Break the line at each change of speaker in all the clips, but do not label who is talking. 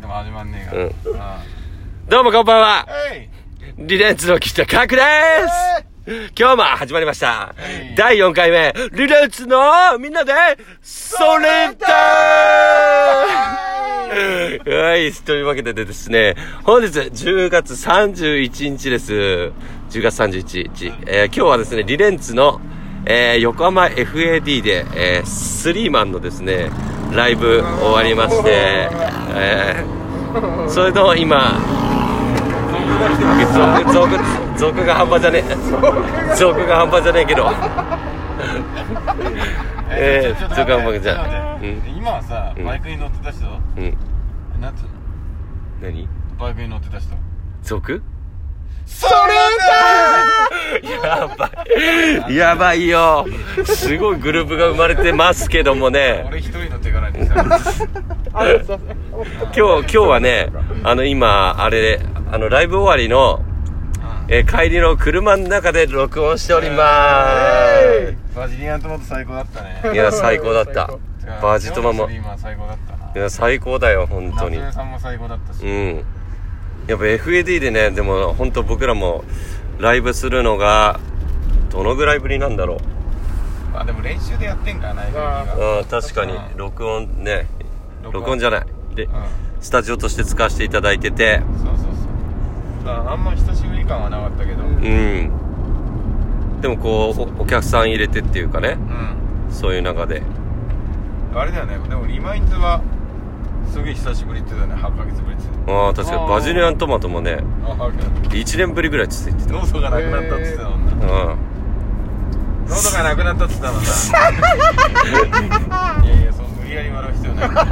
も始まんね
うん
えが。
どうもこんばんは
うん。えい
リレンツの北川区です今日も始まりまし
は
た
い
第4回目リレンツのみんなでそれだーはい、というわけでですね、本日10月31日です。10月31日。えー今日はですね、リレンツの、えー横浜 FAD で、えースリーマンのですね、ライブ終わりまして、えーそれと今、俗俗俗が半端じゃねえ俗が半端じゃねえけどえー
ちょっと
俗が半
待って
端じ
ちょっと
ゃ
待っ
う
て
ん
今はさ、
うん
バイクに乗ってた人
うん
なんつうの
何
バイクに乗ってた人。
俗
それ
やばいやばいよすごいグループが生まれてますけどもね
俺一人乗っていかないと さ。
今日今日はねあの今あれあのライブ終わりの、えー帰りの車の中で録音しております
バジリアントマト最高だった
い
ね。
や最高だったバージトマも
スリーマン最高だったな。
いや最高だよ本当
夏
に
目さんも最高だったし
う。んやっぱ FAD でねでも本当僕らもライブするのがどのぐらいぶりなんだろ
あ、でも練習でやってんかな、FAD
う
が。
うん確かに
うん
録音ね
録音
録音じゃないで
う
スタジオとして使わせていただいてて
ん。そうそうそう。まああんま久しぶり感はなかったけど。うん。
うんでもこうおお客さん入れてっていうかねそういう中で
あれだよね、でもリマインズは、すげえ久しぶりって言ってたね、8ヶ月ぶりって言って
ああ確か
あ
に
ー
バジリアントマトもね
た。あ、8ヶ月。
1年ぶりぐらい続いてた
喉がなくなったって言ってたもんな。
うん
喉がなくなったって言ってたの さ。いやいや、そう無理やり笑う必要ない。あ
や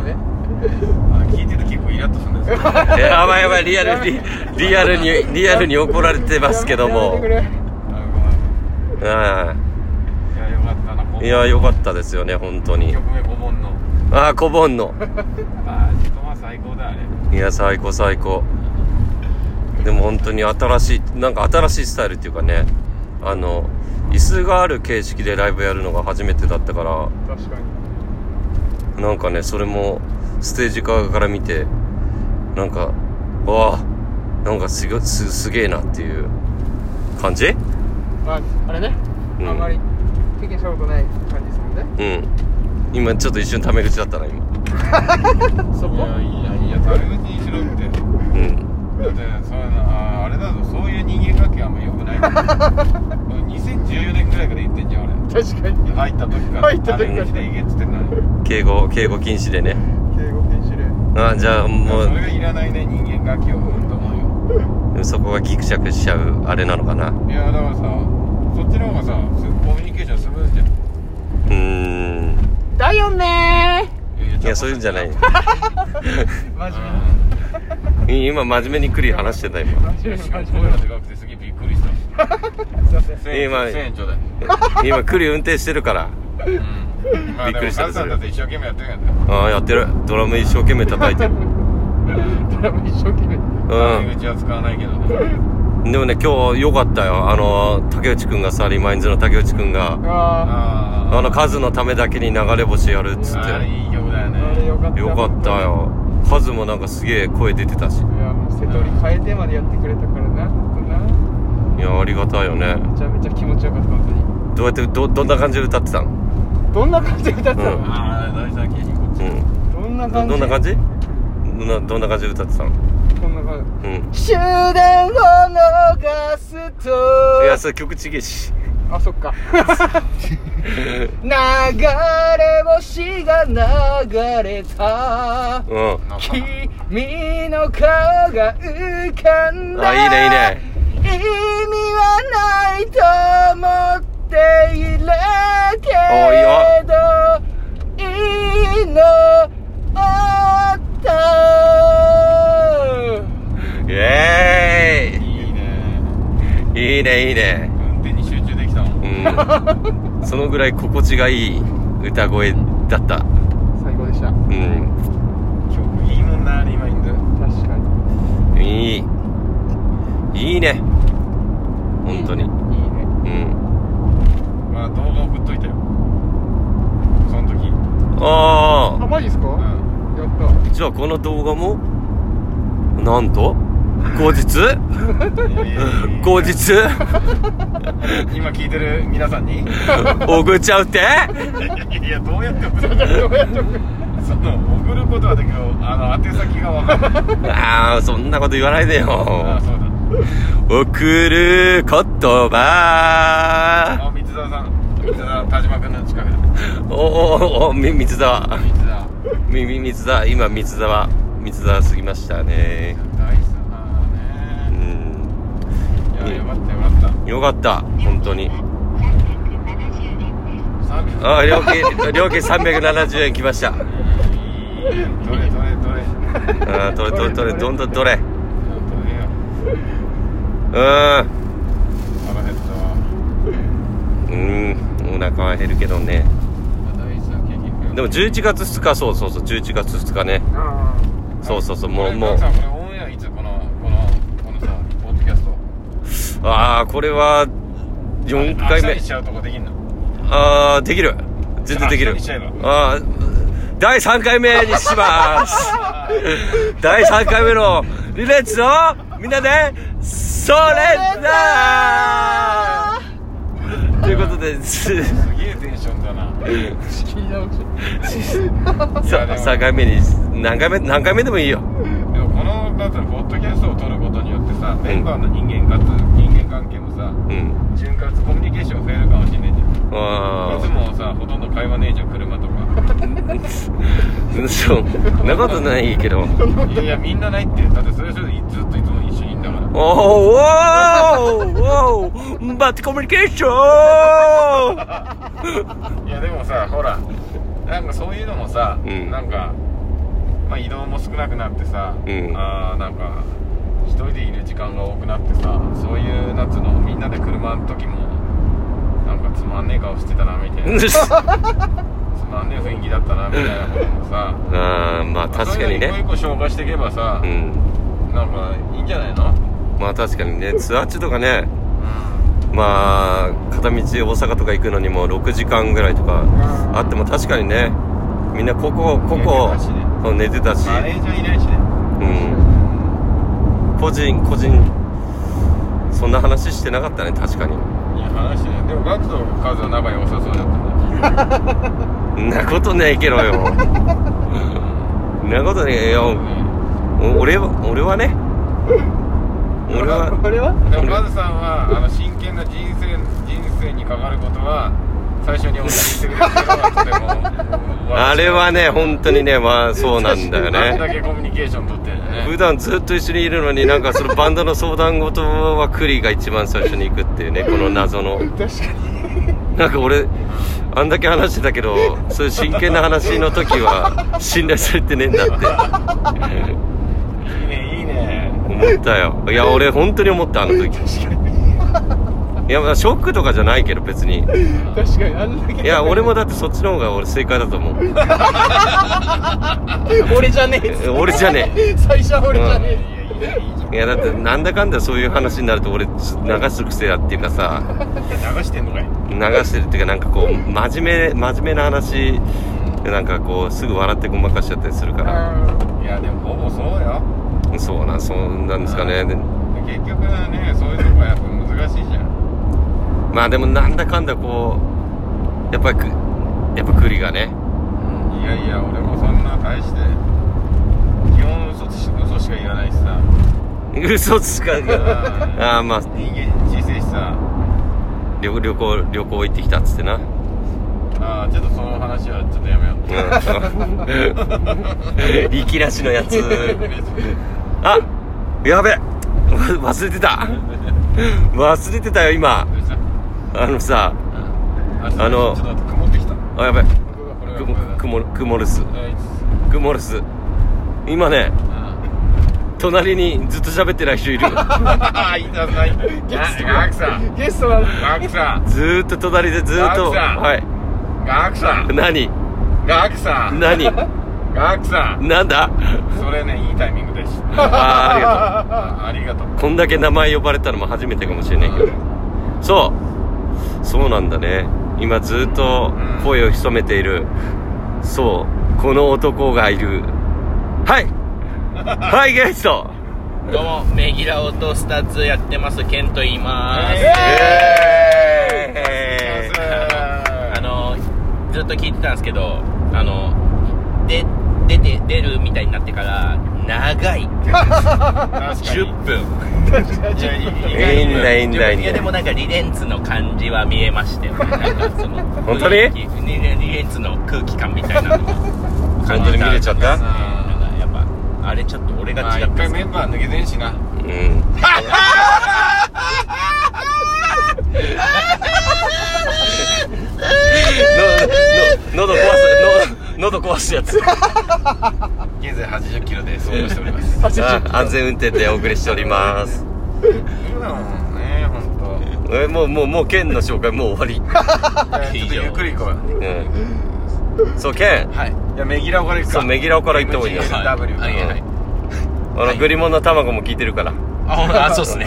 べ
の聞いてると結構イラッとするんで すよ。
やばいやばいリアルリリアルにリアルに怒られてますけども
やめて
あご
うん
めんいや、よかったな、こ
いや、良かったですよね、本当に。
曲目5本の。
ああ、小盆の。
あー、ちょっとまあ最高だ、あれ。
いや、最高最高。でも本当に新しい、なんか新しいスタイルっていうかね、あの、椅子がある形式でライブやるのが初めてだったか
くれ確かに
ら、なんかね、それもステージ側から見て、なんか、わあ、なんかすごすすげえなっていう感じ
まああれね、
うん
あんまり経験したことない感じですもんね
うん。今ちょっと一瞬タメ口だったな、今。
そ
い
こ
や、いいや、いいや、タメ口にしろって。
う
だっ
ん。
てそれなあーあれだぞそういう人間関係あんま良くない 2014年ぐらいから言ってんじゃん俺
確かに
入った時から
入った時か
あ
ら
れ来ていけっつってんのに
敬語、敬語禁止でね。
敬語禁止令
あじゃあも
そうれ、がいらないね人間関係を生むと思う
そこがギクシャクしちゃうあれなのかなう
よいやだからさそっちの方がさすコミュニケーションスムーズじゃん
ーん
だよね
いや
いやそういうんじゃない
マジ
今真面目にクリ話してた今
マ
い
ジマ
やし
ジ
かも声がでかくてすげえびっくりした
すいません
1000円
今
1000円ちょうだい
今クリ運転してるから
うんまあ
びっくりした
でもカズさんだって一生懸命やってるやんだよ
ああやってるドラム一生懸命叩い てる
ドラム一生懸命
う
口は使わないけどね
んでもね今日良かったよあの竹内くんがさリマインズの竹内くんが
あ
あー
あのカズのためだけに流れ星やるっつっ
あれ
て
いい曲だよ
ーあれ
ね
よかった
よかったよカズもなんかすげえ声出てたし
いやもう瀬戸に変えてまでやってくれたからなほんとない
やありがたいよね
めちゃめちゃ気持ちよかった本
どうやってどどんな感じで歌ってたの
当にどんな感じで歌ってたの、
ああ大事な経験こっち
うん
どんな
ど
感じ
どんな感じどんなどんな感じで歌ってたの
こんな感じ
うん
終電を逃すと
いや、それ曲ちげえし。
あそっか 流れ星が流れた
うん。
なんか
君の顔が浮かんだ
あ、いいね、いいね。
意味はないと思っているけどいいのあった
イエ
いいね
ーイいいね、いいね。
運転に集中できたもん
うん。そのぐらい心地がいい歌声だった。
最高でした
うん。
曲いいもんな今いいんだよ
確かに
いい。いいね。本当に。う
いいね
ん。
まあ動画送っといたよその時
あ
あマジですか、
うん
やった
あ。じゃあ、はこの動画も、なんと、後日後日、
今聞いてる皆さんにい
送っちゃうって
やいやいやどうやって送るのその送ることはだけどあの宛先が分かんない
ああ、そんなこと言わないで
あ
よ
あ。そうだ
送る言葉。
あ水沢さん水沢田島君の近くだ
おおおお、み、水沢。
水沢
み、み、水沢、今水沢、水沢過ぎましたね。
大好き
う
だね
ん。
いやよかったよかった
よかった、本当に。
サービス
ああ、料金、料金370円来ました。
どれどれどれ
ああ、どれどれどれ、どんどんど
どれ
れ。う
よ
ーん。
腹減ったわ
うーん、お腹は減るけどね。
大好きなケーキ行くよ
でも11月2日、そうそうそう、11月2日ね。そうそうそう、もう、も
こ
う
れ。ガクさんこれオンエアいつこのこのこのさポッドキャスト
ああ、これは、4回
朝
目
にし。ちゃうとこできんの
ああ、できる。全然でき
明
る
日にしちゃえば。
ああ、第3回目にし ます。第3回目のリレッツを、みんなで、それだーということで、す
すげえテンションだな
仕切り直し
で
さ
も
3回目に、何回目、何回目でもいいよ。
でもこのだったらポッドキャストを撮ることによってさメンバーの人間かつ人間関係もさ
うん。
潤滑コミュニケーション増えるかもしれないじゃんい
あ
つもさほとんど会話ねえじゃん車とか
あ、そう。そんなことないけど。
いやいやみんなないってだってそれはそれでずっといつも一緒にいんだから
おーおーおーバッドコミュニケー ション
いやでもさほらなんかそういうのもさ、
うん
なんか、まあ、移動も少なくなってさ、
うん
あーなんか一人でいる時間が多くなってさそういう夏のみんなで車の時もなんかつまんねえ顔してたなみたいなつまんねえ雰囲気だったなみたいなこともさ
あーま あ確かに
そういう
ね
の一個一個消化していけばさ、
うん
なんかいいんじゃないの
まあ確かにねツアー中とかねまあ片道大阪とか行くのにも6時間ぐらいとかあっても確かにねみんなここここ
寝てたしね
そう寝てたし、
マネージャーいないしね
うん、個人個人そんな話してなかったね確かに
いや話してないでもガクとカズは仲良さそうだったね
んなことねえけどよんなことねえよお俺は俺は ね俺 は
これは
でもカズさんはあの真剣な人生人生にかかることは最初にお伝えしてくれるのはとても
あれはね、本当にね、まあそうなんだよ
あんだ
ね。
けコミュニケーション取ってるね
普段ずっと一緒にいるのになんかそのバンドの相談事はクリが一番最初に行くっていうね、この謎の。
確かに
なんか俺、あんだけ話してたけど、そういう真剣な話の時は信頼されてねえんだっ
いいねいいね
て思ったよ。いや、俺本当に思った、あの時。いや、まあショックとかじゃないけど別に。
確かにあんだけ
いや、俺もだってそっちの方が俺正解だと思う。
俺じゃねえっつって
俺じゃねえ。
最初は俺じ
いやい
ゃね
いねいいじゃん
いや、だってなんだかんだそういう話になると俺流す癖やっていうかさ。
流してんのかい
流してるっていうかなんかこう真面目真面目な話なんかこうすぐ笑ってごまかしちゃったりする
え
か
いやでもほぼそうよ
らそうなんそんなんですかねで
結局はねそういうとこはやっぱ難しいじゃん
まあでもなんだかんだこうやっぱりくやっぱ栗がね
いやいや俺もそんな大して基本嘘し嘘しか言わないしさ
嘘つかんが
あ
ああまあ
ー人間小さいしさ
旅旅行旅行行ってきたっつってな、うん、
あーちょっとその話はちょっとやめよう
きらしのやつ
い
あやべわ忘れてた忘れてたよ今あのさあの
ちょっと待って曇ってきた
あやべ
これ
く
はこれだ
もくもくもるす
あいつ
くもるす今ね
あ
隣にずっと喋ってない人いる
あいたないガクさん
えゲストは
ガクさん
ずーっと隣でずーっと
奥さん
はい
ガクさん
何
ガクさん
何
ガクさん
なんだ
それねいいタイミングです
あーありが
あありがとう
とうこんだけ名前呼ばれたのも初めてかもしれないけどそうそうなんだね今ずーっと声を潜めているそうこの男がいるはいはいゲスト
どうも、メギラオとスタッツやってます、ケンと言います。
え
えー
あの、ずっと聞いてたんですけど、あの、で、出て、出るみたいになってから、長い。10分。
いいんだいいんだいいん
いや、でも
だ
なんかリレンツの感じは見えましたよね。なんかその
本当に
雰囲気リレリレンツの空気感みたいなのが
感じで見れちゃった
なんかやっぱ、あれちょっと俺が
まあ
違
一
った
回
っす
メンバー抜けてんしな
うんのの喉壊すの喉壊すやつ
現在80キロで走行しております
あ安全運転でお送りしております
今だもんね本
えもうもうもう県の紹介もう終わ
当。ちょっとゆっくり行こ
り、
う
うん、そう県
はい。
いやメギラオから行くか
そうメギラオから行った方がいいよ
MGSW
はいはいはい。
あのグリモンの卵も聞いてるから、
あ、ほんとあそうっすね。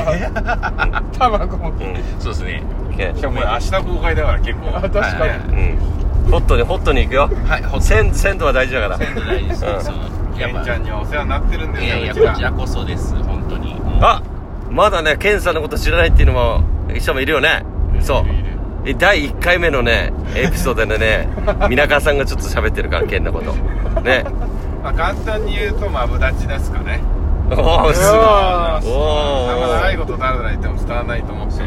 タバコも
うん、
そうっすね。
県
しかもこれ明日公開だから結構
あ確かに
うんホットにホットに行くよ
はい、ほんと
鮮鮮度は大事だから
大事ですね
うん
その
ケ
やっ
ン
ぱ
ちゃんにはお世話になってるんです
い
よ
や
う
いや、
ちら
こちらこそです、本当に。
あまだねケンさんのこと知らないっていうのも人もいるよねそう
いるいる
え第1回目のねエピソードで ね皆川さんがちょっと喋ってるからケンのこと ね
まあ簡単に言うとマブダチですかね
おおす
う
ご
わ
い
ー
お
あんま長い
お
こと誰々言っても伝わらないと思って
き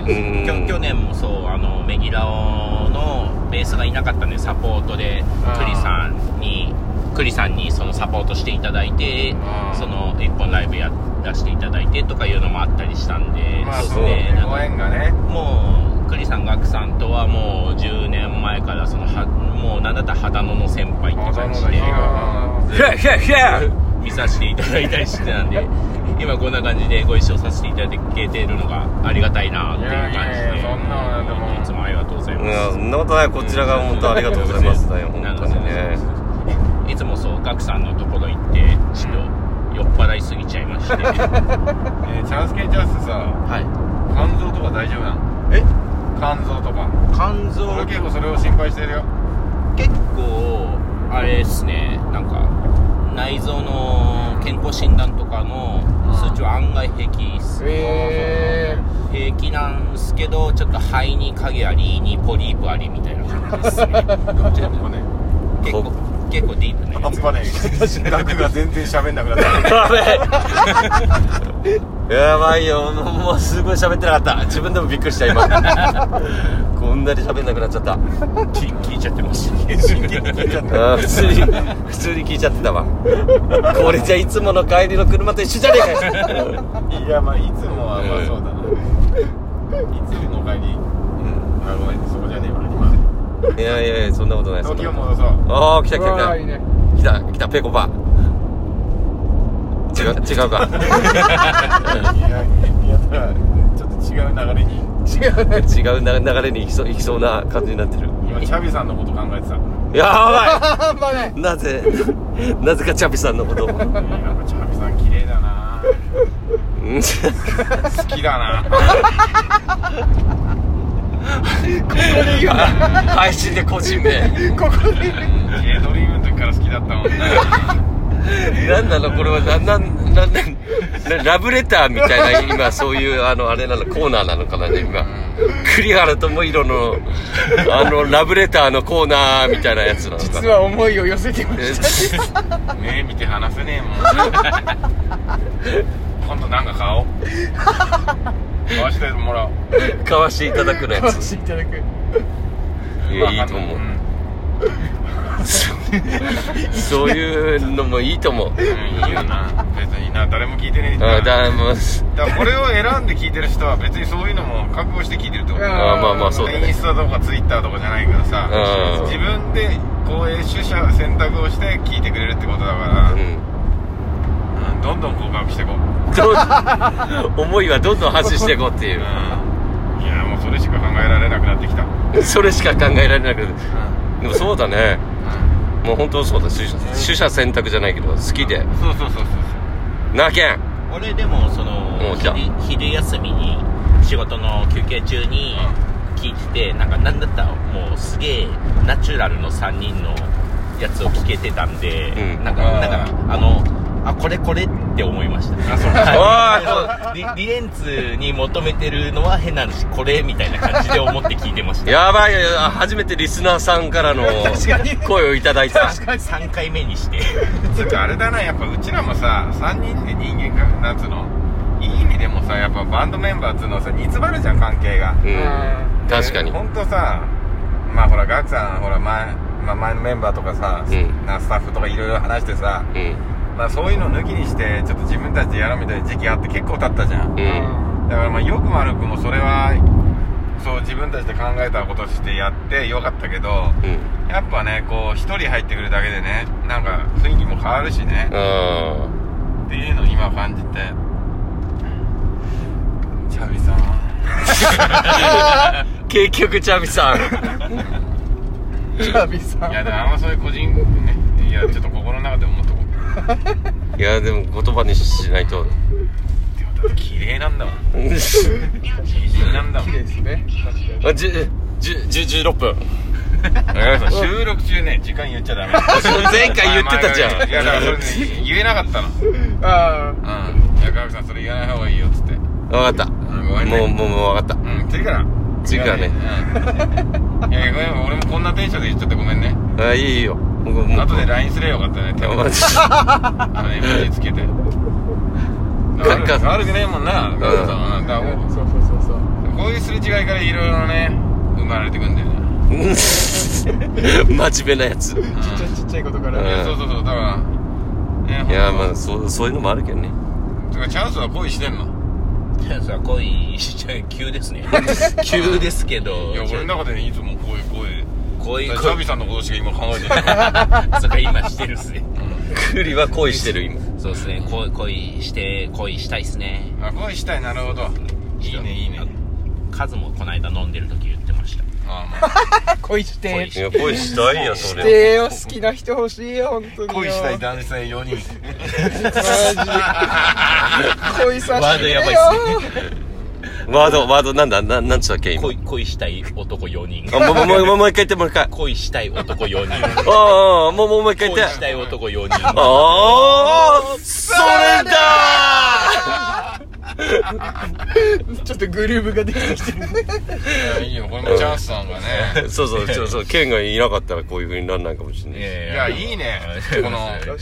ょ去年もそうあのメギラオのベースがいなかったんでサポートで
あー
クリさんにクリさんにそのサポートしていただいて
あー
その一本ライブやらせていただいてとかいうのもあったりしたんで、
まあ
です
そうね
なんか
ご縁がね
もうクリさんガクさんとはもう10年前からそのはもう何だったら秦野の先輩って感じで
秦野だ
ヒャーヒャーヒャー
見させていただいたりしてたんで今こんな感じでご一緒させていただけてるのがありがたいなっていう感じで
いやいやいやそんなのでも
いつもありがとうございま
うん
す、
そんなことないこちらが本当ありがとうご ざいますだよ本当にね
いつもそうガクさんのところ行ってちょっと酔っ払いすぎちゃい ましては
えーチャンスケンチャンスさ
い
肝臓とか大丈夫なの
え
肝臓とか
肝臓
俺結構それを心配してるよ
結構あれですねなんか内臓の健康診断とかの数値は案外平気っすね
え
平気なんすけどちょっと肺に影あり胃にポリープありみたいな感じ ですね
もね
結構結構ディープなやつ
ね 額が全然喋んなくなった
やべえ やばいよもうもうすごい喋ってなかった自分でもびっくりした 今こんなに喋んなくなっちゃった
聞聞いちゃって ました
あー普通に普通に聞いちゃってたわこれじゃいつもの帰りの車と一緒じゃねえか よ、
いやまあいつもはまあそうだないつもの帰りあごめんそこじゃねえわ今
うんいやいやいやそんなことないそん
時
な
を戻そう
ああ来た
ー、
来
う
た
わーいい
来
ね
た来た来たペコパ違う違う か
いやいやちょっと違う流れに
違うね
違うな流れに行きそう行きそうな感じになってる
今チャビさんのこと考えてた
やば
あんまね
いなぜなぜかチャピさんのことをうん
なんかチャビさん綺麗だな好きだな
配信で個人名
ここに
えドリームの時から好きだったもんね
なんなのこれはななんなんなラブレターみたいな今そういうあのあれなのコーナーなのかなね今栗原智弘のあのラブレターのコーナーみたいなやつなのか
実は思いを寄せてま
え
し
目見て話せねえもん今度なんか買おう買わしてもらおう
買わしていただくの
た
や
買わ
つ
していただく
いやいいと思う
ま
そういうのもいいと思う
あうんいいよな別にな誰も聞いてねえ
あ
だか
だもう
らこれを選んで聞いてる人は別にそういうのも覚悟して聞いてるってこと
うん
あまあまあそうだ
イン
ね
スタとかツイッターとかじゃないけどさ
うん
自分でこういう取捨選択をして聞いてくれるってことだから、
うん
うんどんどん告白していこう、うん、
どん思いはどんどん発信していこうってい
いうやもうそれしか考えられなくなってきた、うん
それしか考えられなくてでもそうだねもう本当そうだ取捨取捨選択じゃないけど好きで
そうそうそうそう
なあけん
俺でもその
おう来た
昼昼休みに仕事の休憩中に聞いててなんかなんだったらもうすげえナチュラルの3人のやつを聞けてたんで、
うん
なんか
あー
なんかあのあこれこれって思いました
あそう
はいそうリリレンツに求めてるのは変な話これみたいな感じで思って聞いてました
やばいよ初めてリスナーさんからの
確かに
声をいただいた
3回目にして
つうかあれだなやっぱうちらもさ3人で人間関なんつうのいい意味でもさやっぱバンドメンバーっつうのはさ煮詰まるじゃん関係が
うん確かに
本当さまあほらガクさんほら前,、まあ、前のメンバーとかさ、
うん
なスタッフとかいろいろ話してさ、
うん
まあ、そういうの抜きにしてちょっと自分たちでやろうみたいな時期あって結構経ったじゃん
う
だ
ん
からまあよくも悪くもそれはそう自分たちで考えたことしてやってよかったけど
うん
やっぱねこう一人入ってくるだけでねなんか雰囲気も変わるしね
うん
っていうのを今感じてチャビさん
結局チャビさん
チャビさん
いやでもあんまそういう個人ねいやちょっと心の中でも思っとこう
いやでも言葉にしな い
で
と
もだって綺麗なんだもん
うん
美人なんだもん
綺麗ですね確かに
あじゅじゅじゅ16分
だからさ収録中ね時間言っちゃダメ
前回言ってたじゃん
いやだからそれ、ね、言えなかったのうん
あ
いや川口さんそれ言わない方がいいよっつって
分かった
ごめんね
もうもうもう分かっ
うん次から
次からね
うんいやごめん俺もこんなテンションで言っちゃってごめんね
たあいいいいよもうもう
後で LINE すればよかったね手を
マジ
あの絵文字つけて悪
か
く悪くねえもんな
うん
川口さんはなだから
あ
こ
そうそうそうそう
うこういうすれ違いからいろいろね生まれてくんだよね
うん真面目なやつ
ちっちゃいちっちゃいことか
い
ら
やそうそうそうだからね
いや
ほん
まあそうそういうのもあるけどね
とてかチャンスは恋してんの
チャンスは恋しちゃう急ですね 急ですけど
いや俺の中でねいつもこういう声
恋
で
恋
チャビさんのことしか今考えてない
それ今してるっすね
栗は恋してる今
そうですね恋恋して恋したいっすね
あ恋したいなるほどいいねいいね
カズもこの間飲んでる時言ってました
あー、まあ、
恋して
恋
いや恋したいよそ
し
れ
てよ好きな人欲しいよ本当に よ
恋したい男性4人
マジで恋させ
ワー
てよ
ドやばいっすね
ワードワードなんだななんつったっけ今
恋恋したい男4人
あもうもうもうもうもう一回言ってもう一回
恋したい男4人
ああもうもうもう一回
恋
言っ
してたい男4人
ああそれだ
ちょっとグルーブができてきてる
いやいいよこれもチャンスさんがね
ー そうそうそうそうケンがいなかったらこういう風になんないかもしれない
い
し、
い
や
やいいねこの
確か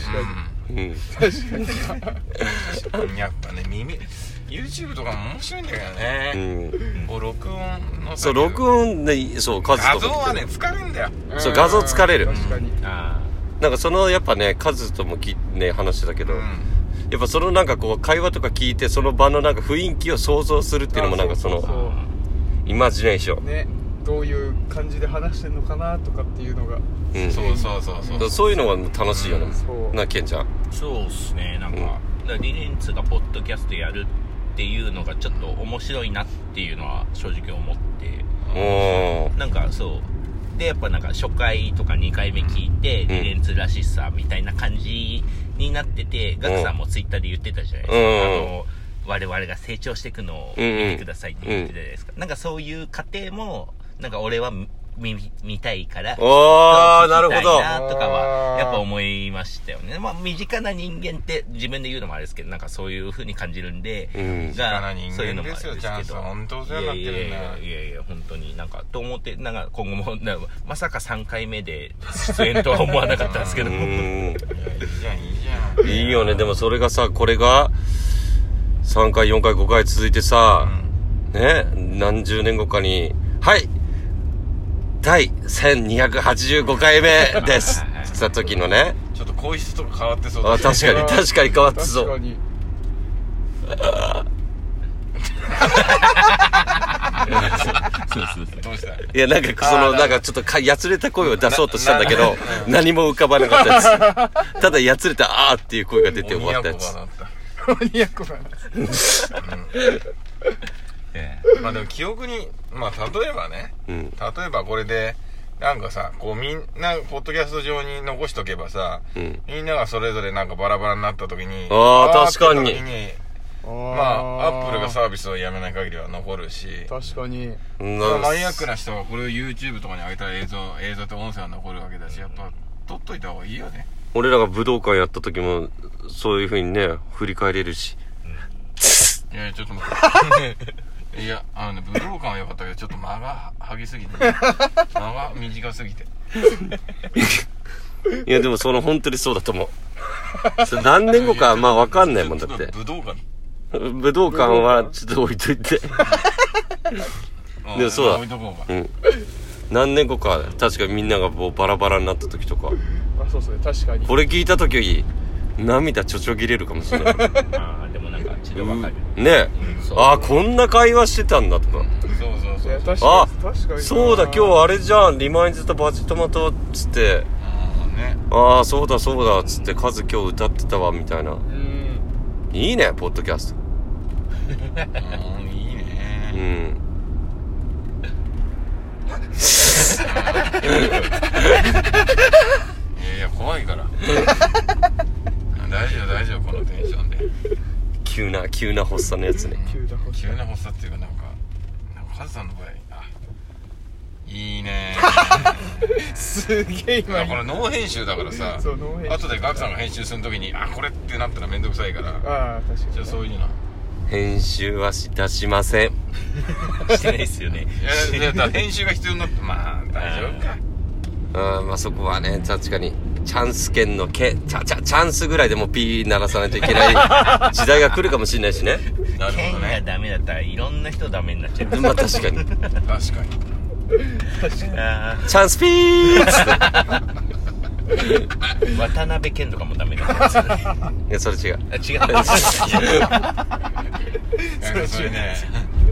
うん
うんやっぱね耳 YouTube とかも面白いんだけど
う
ね、
ん、
こう録音の
そう録
音
音でそう数
画
と
像
か
はね疲れんだよ
そう画像疲れる
確かに
あ
なんかそのやっぱね数ともきね話してたけど、
うん
やっぱそのなんかこう会話とか聞いてその場のなんか雰囲気を想像するっていうのもなんかその
あう
イマジネーショ
う
ン、
ねどういう感じで話してんのかなとかっていうのが
うん、そ
そうそうそうそう
うそういうのが楽しいよね、
そう
なケンちゃん
ーそうっすねなんかだからリレンツがポッドキャストやるっていうのがちょっと面白いなっていうのは正直思って
おー
なんかそうでやっぱなんか初回とか2回目聞いて、リレンツらしさみたいな感じになってて、ガクさんもツイッターで言ってたじゃないですか、
うん
あの我々が成長していくのを見てくださいって言ってたじゃないですか、なんかそういう過程もなんか俺は見見見たいから
おーなるほ
聞きた
ど
いなとかはやっぱ思いましたよねまあ身近な人間って自分で言うのもあれですけどなんかそういう風に感じるんで、
うん
近な
が
人間
そういうのもあ
ですよ
れ
チャン
で
ス
すけ
は
ど
本当お世話になってるんだ
いやいやいやいや本当になんかと思ってなんか今後もなまさか3回目で出演とは思わなかったんですけど
うん
いいじゃんいいじゃん
いいよねでもそれがさこれが3回4回5回続いてさ、ね何十年後かに「はい第1285回目です」って言った時のね
ちょっと声質とか変わってそうだ
あ確かに確かに変わって
確
そ
か
う
に
どうした
いやなんかそのなんかちょっとかやつれた声を出そうとしたんだけど何も浮かばなかったですただやつれた「あー」っていう声が出て終わったや
鬼
つ
奴だった
鬼役なんです
まあでも記憶にまあ例えばね
うん
例えばこれでなんかさこうみんなポッドキャスト上に残しとけばさ、
うん
みんながそれぞれなんかバラバラになった時に
あー
ーって
確かに
時に
ま
まあアップルがサービスをやめない限りは残るし
確かに
うん
まあマニアックな人はこれを YouTube とかに上げたら映像映像と音声は残るわけだしやっぱ撮っといた方がいいよね
俺らが武道館やった時も、そういう風にね、振り返れるし。
いや、ちょっと待って。 いや、あのね、武道館は良かったけど、ちょっと間がはぎすぎて、間が短すぎて。
いや、でもその本当にそうだと 思う。それ何年後か、まあわかんないもんだっ
ちょ
て
と。武道館。
武道館はちょっと置いといて。
ん
でもそうだ
置いとこうか。
うん。何年後か、確かみんながもうバラバラになった時とか。
まあそうですね確かに
これ聞いた時、涙ちょちょぎれるかもしれ ない。
ああでもなんかちょっとわかる
ね
そう
ああ、こんな会話してたんだとか。
そうそう
い
そう
や。確
あ
かに確かに
そうだ、今日あれじゃん。リマインズとバチトマトっつって。
うんね。
ああ、そうだそうだっつって、カズ今日歌ってたわ、みたいな。
うん
いいね、ポッドキャスト。
うん、いいうね。
ん。
いやいや、怖い から。大丈夫、大丈夫、このテンションで。
急な、急な発作のやつね。
急だこっち
急な発作っていうか、なんか、なんかカズさんの場合、あ、いい ね。
すげえ
いやこ
今
れノー編集だからさ
そうノー編集
後でガクさんが編集するときにあこれってなったらめんどくさいから
ああ確かに
じゃあそういうの
編集はし出しません。
してないっすよね
いやいやだから編集が必要になってまあ大丈夫か
うん、まあそこはね、確かに、チャンス券のけ、チャ、チャ、チャンスぐらいでもうピー鳴らさないといけ ない時代が来るかもしれないしね。
なるほ
剣
ど
が
ね
ダメだったらいろんな人ダメになっちゃう
まあ確かに。
確かに
あ
チャンスピーっつっ
ー渡辺謙とかもダメだったんですよね
て。いや、それ違 う。
あ違う
いやそれね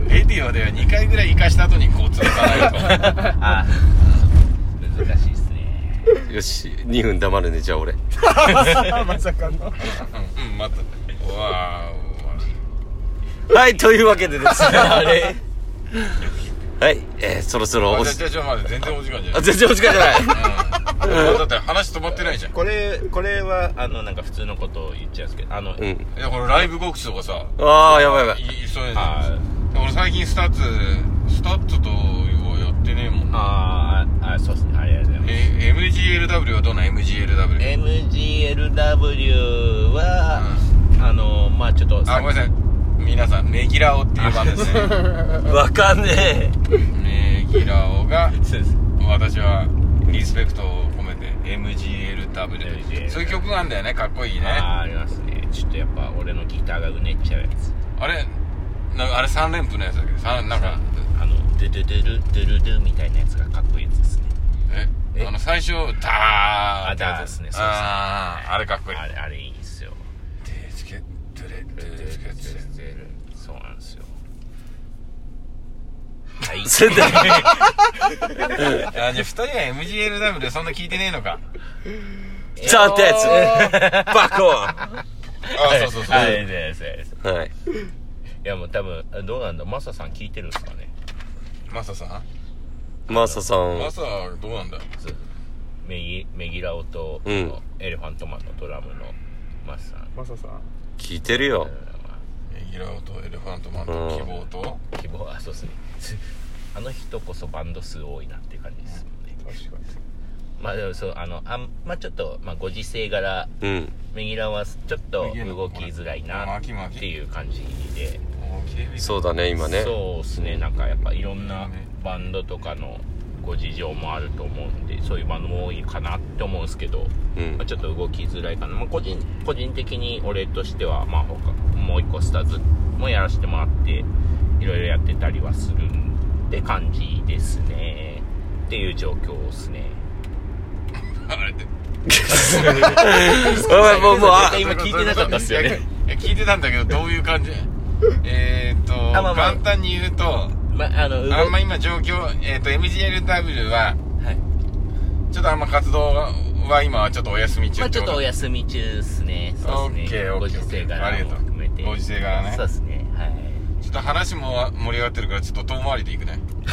レディオでは2回ぐらい生かした後にこう続か ないと
あ難しいっす ね
よし、2分黙るね、じゃあ俺。
まさかの
うんうんまたうわ
はい、というわけでですね、 あれ。はい、えー、そろそろ
ー
お
あ
し
じゃあじゃあ待って全然お時間じゃな
あ、
い
全然お時間じゃな い。
うんだって話止まってないじゃん
これこれはあのなんか普通のことを言っちゃうんですけどあの、
うん。
いやこれライブ告知とかさ
ああ、やばいやばい。
いそういうの
あ
俺最近スタッツスタッツとはやってねえもんな
あーあそうっすねありがとうございます
え MGLW はどんな MGLW?
MGLW は、あのまあちょっと
あごめんなさい皆さんネギラオっていうバンド ですね
わかんね
ネギラオが
そうです
私はリスペクトを込めて MGLW
MGLW
そういう曲なんだよねかっこいいね
あーありますねちょっとやっぱ俺のギターがうねっちゃうやつ
あれなんかあれ3連符のやつだけどさなんか
あのドゥドゥドゥルドゥルドゥみたいなやつがかっこいいやつですね
え
え
あの最初ダー
あ
ってやつ
ダーですねそうですね
あーあれかっこいい
あれあれいいんすよ
手つけてれ手つけてれ
そうなんですよはい
え。んだ
あじゃあ2人は MGLW でそんな聞いてねえのか
ザってやつ。バカ
あそうそうそう
あれですあれです
はい。
いやもう多分どうなんだマサさん聞いてるんですかね
マサさん
マサさん。
マサはどうなんだ
メギメギラオと、
うん
エレファントマンのドラムのマサさん
マサさん
聞いてるよ。
ギラオとエレファントマン
う
と
ん
希望と
希望はそうですね あの人こそバンド数多いなっていう感じですもんね
確か
まあでもそうあのあんまあちょっと、まあ、ご時世柄
うん。
メギラはちょっと動きづらいな
巻
っ
き巻き
ていう感じで
う
そうだね、今ね。
そうですねなんかやっぱいろんなバンドとかのご事情もあると思うんでそういうバンドも多いかなって思うんですけど、
うん
まあ、ちょっと動きづらいかな、まあ、個人個人的に俺としては、まあ、他もう一個スターズもやらせてもらっていろいろやってたりはするんで感じですねっていう状況ですね
あれって
お前もう、もう、あ
あ、今聞いてなかったっすよね
いや聞いてたんだけどどういう感じえーっと
あまあまあ
簡単に言うと
まああの動
あんま今状況えーっと MGLW は
はい
ちょっとあんま活動は今はちょっとお休み中
まあ、
って
ちょ
こ
っ
と
とお休み中っすね。そうですね。
オッケーオッケー
ご時世
ありが
柄も
とう
含めて。
ご時世柄ね
そうですね。はい。
ちょっと話も盛り上がってるからちょっと遠回りでいくね
え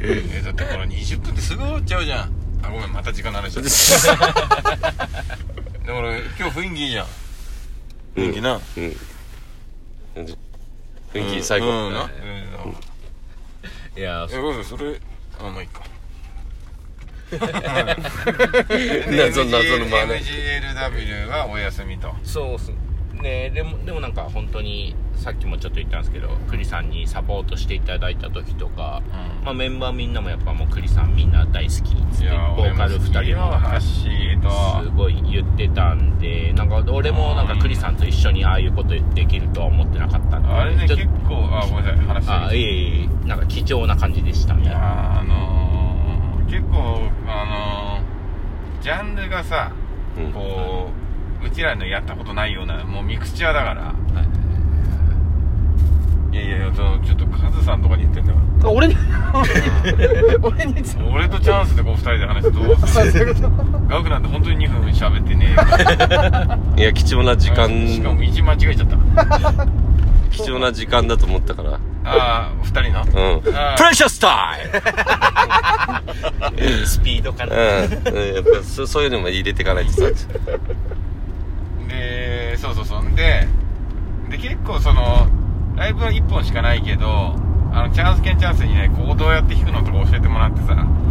えーだってこれ20分ってすぐ終わっちゃうじゃんあごめんまた時間の話 しちゃった
ー
でも俺今日雰囲気いいじゃん雰囲気な
うん雰囲気最高。
うんうんな
はい
うん
いや
え、ごめんそれあまあいいか
謎謎の真似
MGLW がお休みと
そうっすねでもでもなんか本当にさっきもちょっと言ったんですけど栗さんにサポートしていただいた時とか、
うん
まあ、メンバーみんなもやっぱもう栗さんみんな大好きっつってボーカル2人も
ハッシー
す
と
ごい言ってたんでなんか俺もなんか栗さんと一緒にああいうことできるとは思ってなかったんで
あれね
ちょっ
結構あごめんなさい話し
あ
て
い
いい
えいえいえなんか貴重な感じでした
い
ね
やあのー、結構あのー、ジャンルがさ
うん
こううちらのやったことないようなもうミクチャーだからいやいやそのちょっとカズさんとかに言ってんだか
あ俺に俺に
ら俺とチャンスでこう2人で話してどうするガクなんて本当に2分喋ってねえよ
いや貴重な時間
しかも道間違えちゃった
貴重な時間だと思ったから
ああ2人の
うんプ
あー
レシャスタイム
スピードか
う
ら、
んうんやっぱそそういうのも入れていかないとさ
でそうそうそうでで結構そのライブは1本しかないけどあのチャンス兼チャンスにねこうどうやって弾くのとか教えてもらってさ、
うん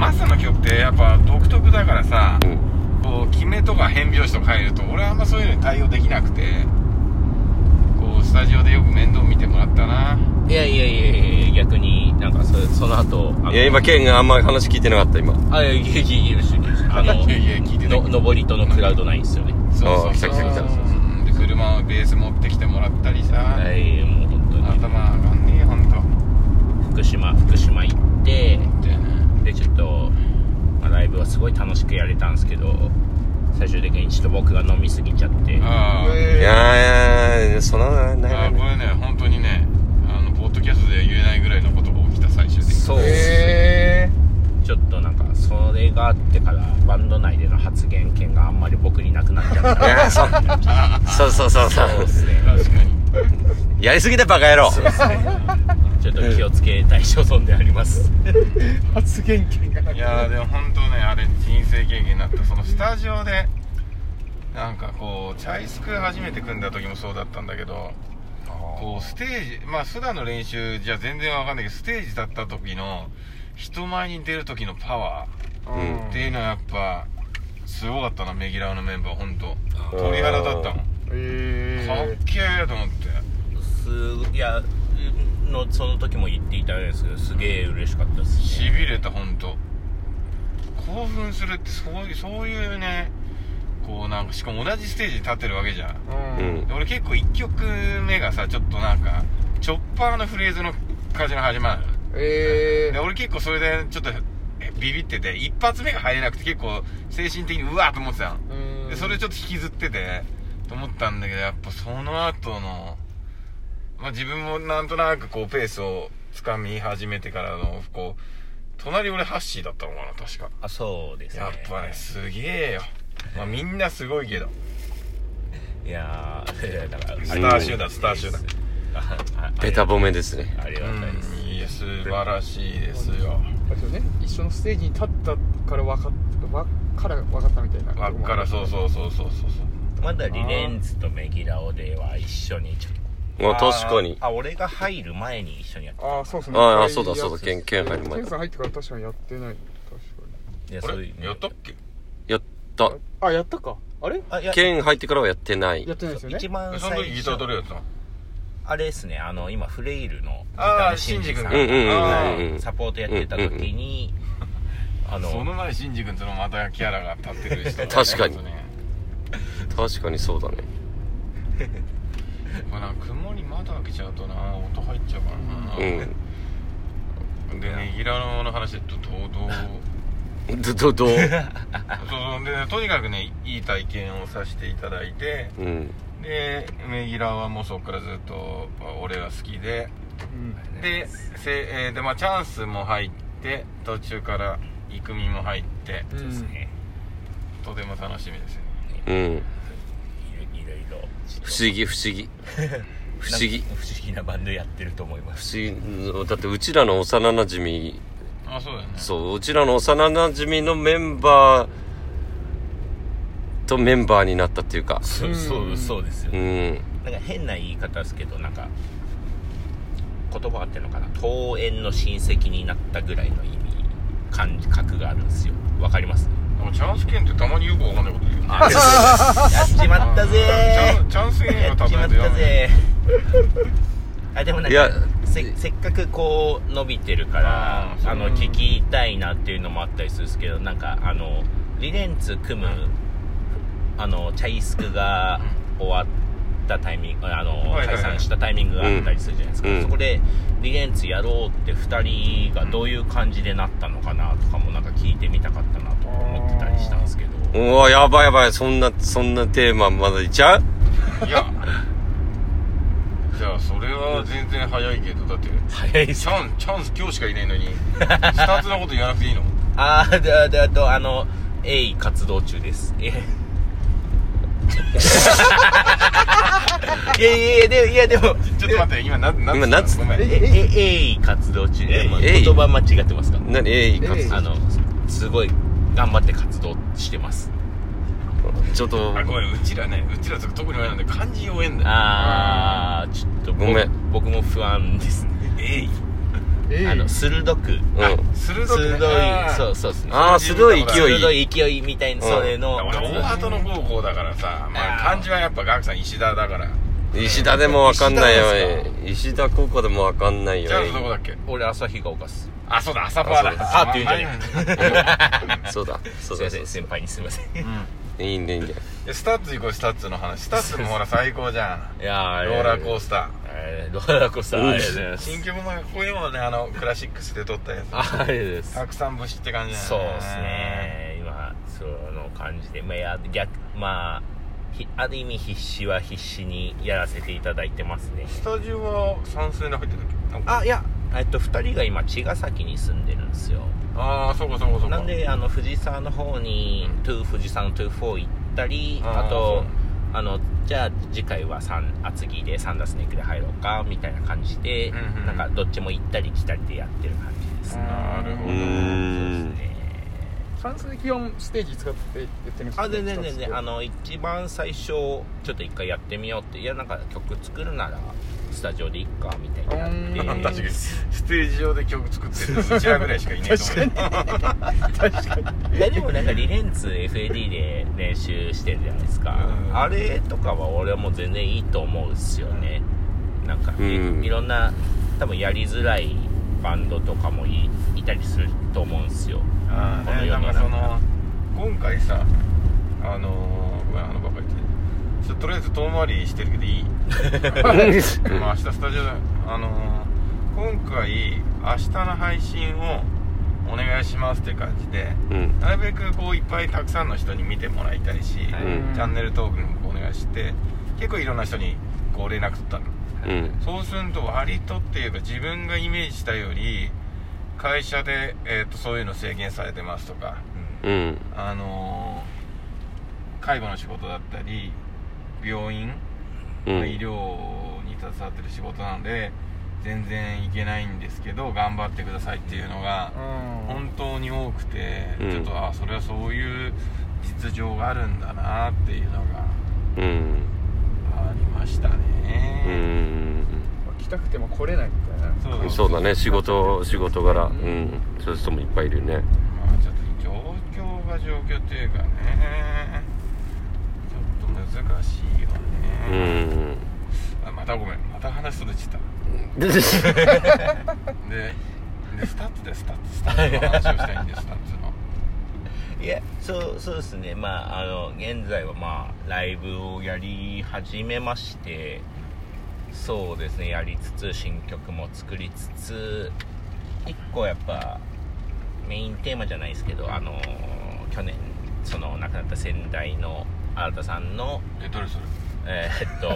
マサの曲ってやっぱ独特だからさ、
うん
こう決めとか変拍子とか入ると俺はあんまそういうのに対応できなくてこうスタジオでよく面倒見てもらったない
やいやいやいや逆になんかそその後あの
いや今ケンがあんまり話聞いてなかった今
あいやいやいやいやいやあの
いやいや聞いてない
の上りとのクラウドナインですよね
そうそう
来た
そう
来た来た
うんで車をベース持ってきてもらったりさ、
はいもう本当に
頭上がんねえほんと
福島福島行って
だよね
でちょっと、まあ、ライブはすごい楽しくやれたんですけど最終的にちょっと僕が飲みすぎちゃって
ああ
い
え
やいやそんなのない
あ
ない
ーこ
ない
れね本当にねあのポッドキャストでは言えないぐらいのことが起きた最終的に
そう
ー、え
ちょっとなんかそれがあってからバンド内での発言権があんまり僕になくなっ ちゃっ
いやそうそうそうそうそ
たそう
う
ですね
確かに
やりすぎだバカ野郎
そうですねちょっと気をつけたい所存であります
ー、発言権がない
やーでも本当ねあれ人生経験になったそのスタジオでなんかこうチャイスク初めて組んだ時もそうだったんだけどこうステージまあ普段の練習じゃ全然わかんないけどステージ立った時の人前に出る時のパワーっていうのはやっぱすごかったなメギラーのメンバー本当鳥肌だったもんか
え
っけえと思って
すいやのその時も言っていただいたんですけどすげえ嬉しかったです
し
ね
びれた本当興奮するってそういうそういうねこうなんかしかも同じステージに立ってるわけじゃん
ー、
う
うん
ん
で俺結構1曲目がさちょっとなんかチョッパーのフレーズの感じの始まる
え
で
ー、
俺結構それでちょっとえビビってて一発目が入れなくて結構精神的にうわーと思ってたの
うん
でそれちょっと引きずっててと思ったんだけどやっぱその後のまあ自分もなんとなくこうペースをつかみ始めてからのこう隣俺ハッシーだったのかな確か
あそうですね
やっぱねすげえよまあみんなすごいけど
いやーい やだから
スター集団スター集団
ああ
ベタ褒めですね
ありがたいです、
うんいや素晴らしいですよ
あれですよね一緒のステージに立ったから分かったわから分かったみたいな
わっからそうそうそうそうそうそ
まだリレンズとメギラオでは一緒にちょっ
もう
と
確かに
あ俺が入る前に一緒にやっ
ああそうですね
ああそうだそうだ剣剣入る前
ケンさん入ってから確かにやってない確
ていや
うあ
そう
れ
いうね
やったっけ
やった
かにあやったかあれ
あいや
剣入ってからはやってない
やってないですよね
一番
その時
最
ギターど
初
れやったの
あれですねあの今フレイルのギ
あー
ターのシンジさ
シン
ん
ジ君うんうんうん
うんうん
はいサポートやってた時にあ
そ
の
の前シンジ君とのまたキャラが立ってる人だね
確かに
本 当ね
確かにそうだね
まあなんか曇り窓開けちゃうとな音入っちゃうから
う
な、
ん
でねギラの話でとどう どう
どどどう
そうでとにかくねいい体験をさせていただいて
うん
でメギラはもうそっからずっと俺が好きで
うん
でせ、えーでまあ、チャンスも入って途中から育みも入って
うん
ね
とても楽しみですね
うん
いろいろいろ
不思議不思議不思議
なんか不思議なバンドやってると思いま
不
す
思議だってうちらの幼なじみ
あそうだよね
そううちらの幼なじみのメンバーとメンバーになったっていうか
そうそう
うん
そうですよ
う
ね
ん
なんか変な言い方ですけどなんか言葉合ってるのかな遠縁の親戚になったぐらいの意味感じ角があるんですよわかります
でもチャンス券ってたまによくわかんないこと言う
あやっちまったぜ
チャンチャンス券
や
は
っ
多
ちまっ
分
たぜあでもなん
いや
かせせっかくこう伸びてるから
あー
あの
そう
聞きたいなっていうのもあったりするんですけどなんかあのリレンツ組むあのチャイスクが終わったタイミングあの
はいはいは
解
い
散したタイミングがあったりするじゃないですか、
うん
そこでリレンツやろうって2人がどういう感じでなったのかなとかもなんか聞いてみたかったなとか思ってたりしたんですけど
うわ、やばいやばい。そんな、そんなテーマまだいっちゃう
いやじゃあそれは全然早いけどだって
早いっ
チャンチャンス今日しかいないのにスタートのこと言わなくていいの
あーで、で、あと、あの、鋭意活動中です。えいやいやいや、でも、いやでも、
ちょっと待って今な
今なんつ
ごめん
ええ鋭意活動中で、
鋭意
まあ言葉間違ってますか
何えいいか
え
あの、すごい、頑張って活動してます。
ちょっと、
あごめんうちらねうちらとか特に前なんで漢字弱えんだよ
あー、ちょっと僕、
ごめん
僕も不安ですね。
えい
え
あの、鋭く、
うん。
鋭くね
鋭
あ
い、
ー
そうそうですね。
ああ、すごい勢い。
鋭い勢いみたいな、
うん
それの、
俺大鳩の方向だからさまあ
あー
漢字はやっぱガクさん石田だから
石田でもわかんない
石田
よ。石田高校でもわかんない
チ
よ。
ャンスどこだっけ
俺、朝日が犯す。
あそうだ朝パーだ
あそうだあーって言うん
そうだ。そう
す
だ。
い
そ
ません、
う
先輩にすいません。
だいいね、いいね。
えスタッツ行こうスタッツの話スタッツもほら最高じ ゃん
いやー
ローラーコースタ
えーローラーコースター、ありがとうございま
ー
す。
新曲もかっこいいもんねあのクラシックスで撮ったやつ
あありがとうございます
たくさん節って感じだよね
そうですね。今、その感じで、まあ、や逆、まあ、ひある意味必死は必死にやらせていただいてますね。
スタジオは山水で入ってたっけなんか
あ、いや、えっと、二人が今、茅ヶ崎に住んでるんですよ。
ああそうかそうかそうか
なんで、あの、藤沢の方に、トゥー藤沢のトゥーフォー行ったり、
あー
あと、あの、じゃあ次回は三厚木でサンダースネークで入ろうか、みたいな感じで、
うんうん
なんかどっちも行ったり来たりでやってる感じですね。
なるほ
う
ど
ーん。
チャンスで基本ステージ使ってやってるんです
あ全然全然あ
の
の一番最初ちょっと一回やってみようっていやなんか曲作るならスタジオでいっかみたいに
う
なって
ーん
確かにステージ上で曲作って るうちらぐらいしかいねえと思う
いやでもなんかリレンツ FAD で練習してるじゃないですか
うん
あれとかは俺はもう全然いいと思うんですよねなんかい,、
うん
ろんな多分やりづらいバンドとかもいいたりすると思うんですよ
あーねなんかその今回さあのー、ごめんあのばっかり言ってちょっととりあえず遠回りしてるけどいい まあ明日スタジオであのー、今回明日の配信をお願いしますって感じで
うん。
なるべくこういっぱいたくさんの人に見てもらいたいし、
ん
チャンネル登録もお願いして結構いろんな人にこう連絡取ったの
うん。
そうすると割とっていうか自分がイメージしたより会社で、えー、とそういうの制限されてますとか
うん。
あのー介護の仕事だったり病院、
うん。
医療に携わってる仕事なので全然行けないんですけど頑張ってくださいっていうのが
うん
本当に多くて、
うん
ちょっとあそれはそういう実情があるんだなっていうのが
うん。
ありました
う
ね、
ん。
来たくても来れないみたいな
そう
そうだね。仕事、仕事柄。うん。そういう人もいっぱいいるよね。
まあちょっと状況が状況というかねちょっと難しいよ
う
ね、
ん。
あまたごめんまた話それちゃったででスタッツでスタッツスタッツの話をしたいんでスタッツの
いやそうそうですねまああの現在はまあライブをやり始めましてそうですねやりつつ新曲も作りつつ一個やっぱメインテーマじゃないですけどあの去年その亡くなった先代の新田さんの
えどれそれ
えー っと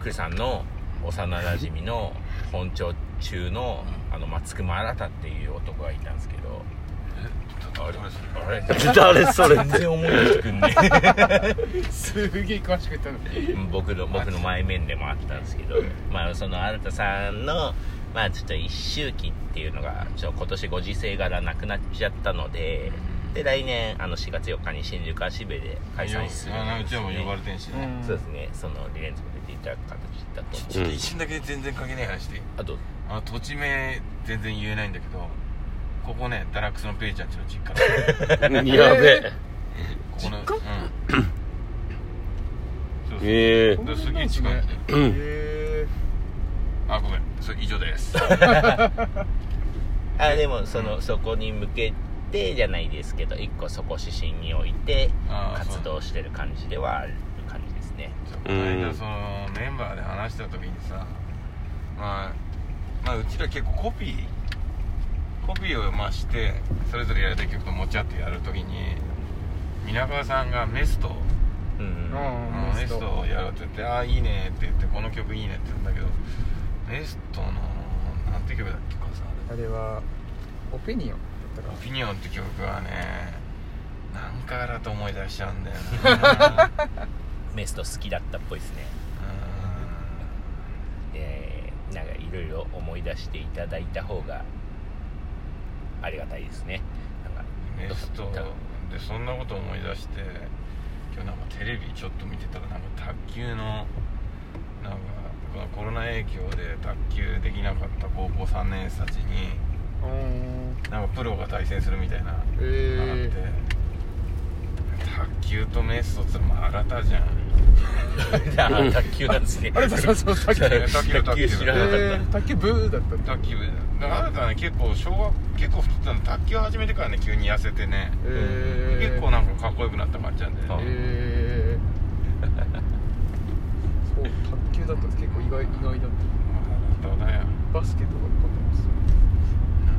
クリさんの幼なじみの本庁中のあの松隈新っていう男がいたんですけど
えちょっとあれどれそれ
あ
誰それっ
れ全然思い出してくんね
すげえ詳しく言ったのに
僕の僕の前面でもあったんですけどまあその新田さんのまあちょっと一周期っていうのがちょっと今年ご時世柄なくなっちゃったのでで来年あの4月4日に新宿足部で開催する
あの
ん
う
で
ちは
す
もう呼ば
ね
れてんし
う
ね、
ん
そうですねそのリレンズも出ていただく形だと思う
ちょっと一瞬だけ全然関係ない話でいい
あと
あの土地名全然言えないんだけどここね堕落スのペイちゃんちの実家
やべえ。
ここのう
実
んそうそう
ええ
で、すげえ近い
へえ
あごめんそれ以上です
あでもそのそこに向けてじゃないですけど一個そこ指針に置いて
あーそう
活動してる感じではある感じですね
そうこの間そのメンバーで話した時にさまあまあうちら結構コピーコピーをまあしてそれぞれやりたい曲と持ち合ってやる時に皆川さんがメスと
うん
う
うん
うん
ん
メストをやろうって言って「ああいいね」って言って「この曲いいね」って言うんだけどメストのなんて曲だっけかさあ
あ
れ
れはオピニオンだった
「オ
か
ピニオン」って曲はねなんかだと思い出しちゃうんだよな
メスト好きだったっぽいですね
う
えー、なんかいろいろ思い出していただいた方がありがたいですねなんか
んメストでそんなこと思い出して今日なんかテレビちょっと見てたらなんか卓球のなんかこのコロナ影響で卓球できなかった高校3年生たちに
らうん
なんかプロが対戦するみたいな
へえ
卓球とメストっつうのも新たじゃん
あ卓球なんですね
あれそうそうそ う
卓
卓
球卓球知らなかった、
えー、卓球ブーだったんだ
卓球部だから新たはね結構小学結構太ってたの卓球を始めてからね急に痩せてね
えー、
結構なんかかっこよくなった感じなんで
あ
えー、そう卓球だったんです結構意外意外だっ
どうだよ
たバスケとかで勝ってます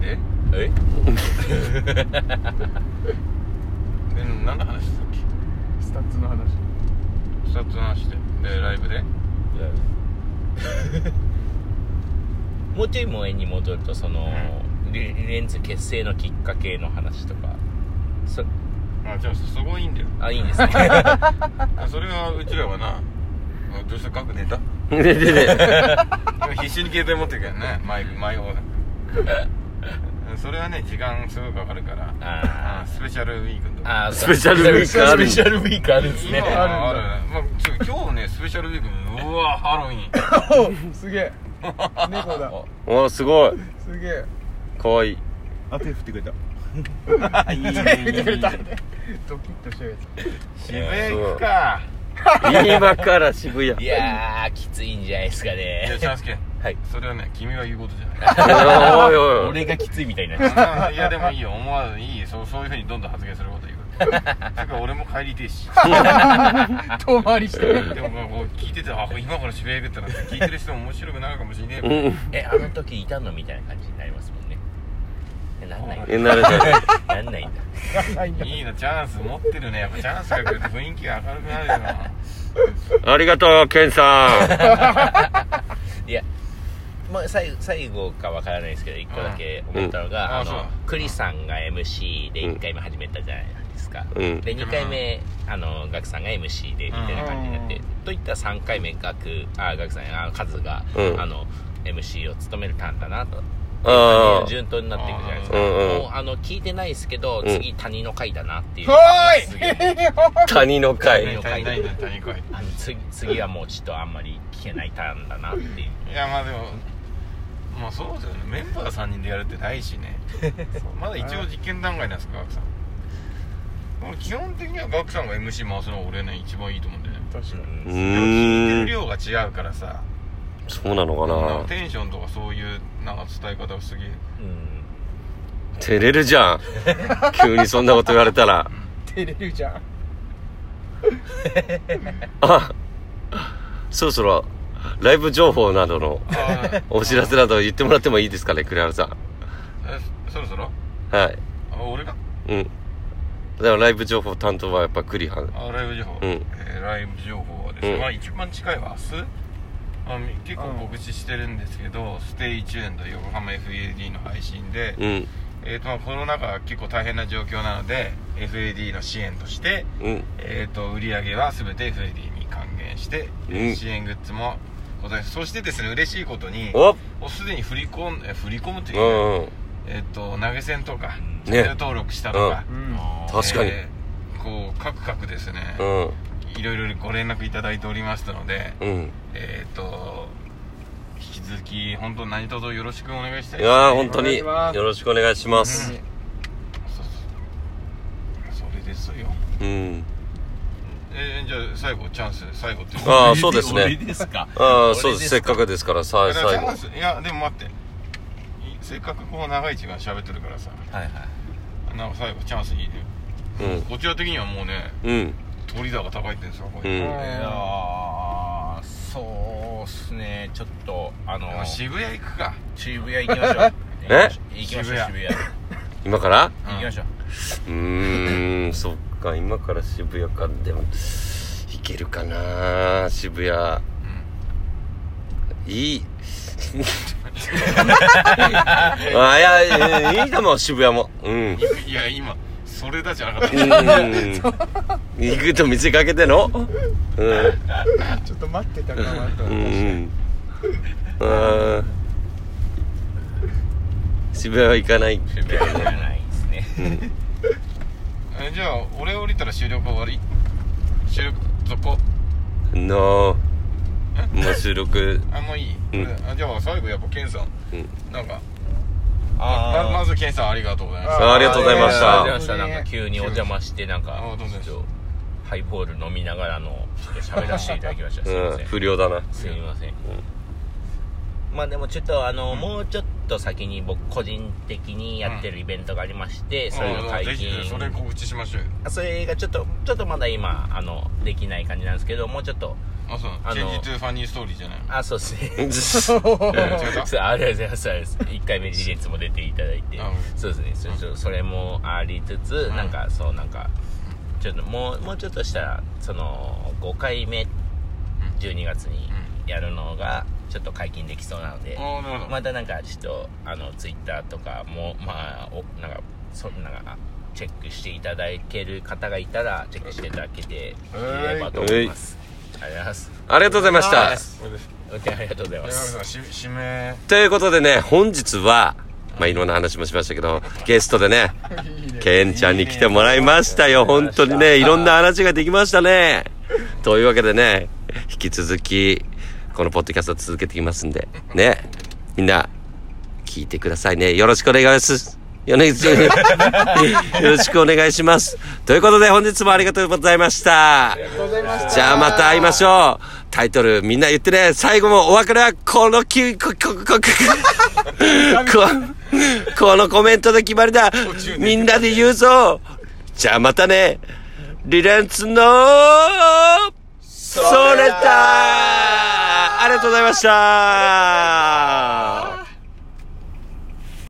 で
え
で何の話したっけ
スタッツの話
スタッツの話ででライブで
もうちょい萌えに戻るとその、
う
リリレンズ結成のきっかけの話とかそ
あじゃあすごいいいんだよ
あいいんで すね
あそれはうちらはなあどうした各ネタ
ー。で、で、で。
でも必死に携帯持ってるけどねマイクマイオ それはね時間すごいかかるから
あ
あスペシャルウィークのとこ
あ ー
スペシャルウィークある
スペシャルウィークあるんです
今
ね
はあるまあ、ちょ今日ねスペシャルウィークうわハロウィン
おすげえ猫だ
おー、すごい。
すげえ
かわいい。
あ手振ってくれた
いいね
見てくれたドキッとしちゃうや
渋谷行くか
今から渋谷。
いやーきついんじゃないですか
いや
ね
チャンスケ
はい
それはね君が言うことじゃない
おいおいおい。
俺がきついみたいになっちゃう
あいやでもいいよ思わずいいそうそういうふうにどんどん発言すること 言うそれから俺も帰りてえし
つ遠回りして
でもこう聞いててあ今から渋谷行くってなって聞いてる人も面白くなるかもしれねえ
うん。
えあの時いたのみたいな感じになりますもんねえなんないん
え、慣れた。
だなんないんだ
いいなチャンス持ってるねやっぱチャンスが来ると雰囲気が明るくなるよな
ありがとう、ケンさ
いや、まあ、最最後かわからないですけど1個だけ思ったのが、
うん
あ
あ
の
そう
クリさんが MC で1回目始めたじゃないですか、
うん
で2回目あのガクさんが MC でみたいな感じになって、
うん
といった3回目ガクあガクさんやあのカズが、
うん
あの MC を務めるターンだなと
ん。あー。
順当になっていくじゃないですか、
うんうん
もうあの聞いてないですけど
ん
次谷の回だなっていう、すげえ
お
谷の会。
足りないんだ足りない
あの次次はもうちょっとあんまり聞けないターンだなっていう
いやまあでもまあそうですよねメンバー3人でやるってないしねそうまだ一応実験段階なんですかガクさん俺基本的にはガクさんが MC 回すのが俺ね一番いいと思うんだよね
い確か
う
でも聞い
ー
てる
ん。
量が違うからさ
そうなのか
なんか
な
テンションとかそういうなんか伝え方がすげえ
うん
照れるじ ゃん。急にそんなこと言われたら。
照れるじゃん
あ、そろそろ、ライブ情報などの
あー
お知らせなど言ってもらってもいいですかね、栗原さん。
えそろそろ
はい。
あ俺が
うん。だからライブ情報担当はやっぱ栗原。
あライブ情報、
うん
えーライブ情報はですね、
うん
まあ一番近いは明日あみ結構告知してるんですけど「ステイチューンと横浜 FAD の配信で、
うん。
えーとまあ、コロナ禍結構大変な状況なので FAD の支援として、
うん。
えー、と売り上げは全て FAD に還元して、えー
うん
支援グッズもございますそしてですね嬉しいことに
お
もうすでに振り込んえ振り込むというか、
うんうん。
えー、と投げ銭とか
ね
チャンネル登録したとか、
うん
確かに。
えーこう各々ですね、
うん。
いろいろご連絡いただいておりますので、
うん。
えっ、と、引き続き本当何卒よろしくお願いしたいです
い
ね
やー本当によ
お願いします
ろしくお願いします。
そうそうそれですよ
うん。
えー、じゃあ最後チャンス最後っていう
ああ、そうです
俺
ね。
ですか
ああ、そうです。せっか
く
くですから、さあ、
だから
最
チャン
後。
スいやでも待っていせっかくこう長い時間喋ってるからさ
はいはい
なんか最後チャンスいいね
うん。
こちら的にはもうね
うん。
鳥だが高いってんですよこ
うん
れ、
いやーそうっすねちょっとあの
あ渋谷行くか
渋谷行きましょう
え
行きましょ
渋
う渋谷
谷
今から
うん
行きましょう
うーん、そっか。今から渋谷か。でも、行けるかな渋谷。いい。あ、いやいや、いいと思う、渋谷も。うん。
いや今それだじゃなかっ
うん。行くと見せかけてのうん。
ちょっと待ってたかなと
うんうんあー渋谷は行かない
渋谷行かないですね
たえじゃあ俺降りたら収録終わり収録続行
のもう収録
あもういい、
うん
あじゃあ最後やっぱケンさん、
う
なんかま
あ
まずケンさんありがとうございます
さあありがとうございました
ありがとうございましたなんか急にお邪魔してなんか
あどうぞ
ちょっとハイボール飲みながらのちょっと喋らせていただきましたすいま
う
せ
ん
ん
不良だな
すみません、まあでもちょっとあの、もうちょっと先に僕個人的にやってるイベントがありまして、それの解
ぜ
禁
ひそれ告知しましょうよ
それがちょっとちょっとまだ今あのできない感じなんですけどもうちょっと
あそう
あの
チェンジトゥファニーストーリーじゃない
あそうですね
違った
そうありがとうございますありがとうございます1回目リレッツも出ていただいて
あ
そうですねそれちょっとそれもありつ
ん
つ、なんかそうなんかちょっともうもうちょっとしたらその5回目12月にやるのがちょっと解禁できそうなので、
ああなるほど、
またなんかちょっとあのツイッターとかもまあおなんかそなんかチェックしていただける方がいたらチェックしていただけていればと思います、ありがとうございます
ありがとうございました
これです
運転ありがとうございま
山
す
口さんし指名
ということでね本日はまあいろんな話もしましたけどゲストで ねケンちゃんに来てもらいましたよ本当にねいろんな話ができましたねというわけでね引き続きこのポッドキャスト続けていきますんでねみんな聞いてくださいねよろしくお願いしますよねよろしくお願いしますということで本日もありがとうございましたじゃあまた会いましょう。タイトルみんな言ってね。最後もお別れはこのき、こ、こ、こ、こ、こ、このコメントで決まりだ。みんなで言うぞ。じゃあまたね。リレンツの、それだありがとうございました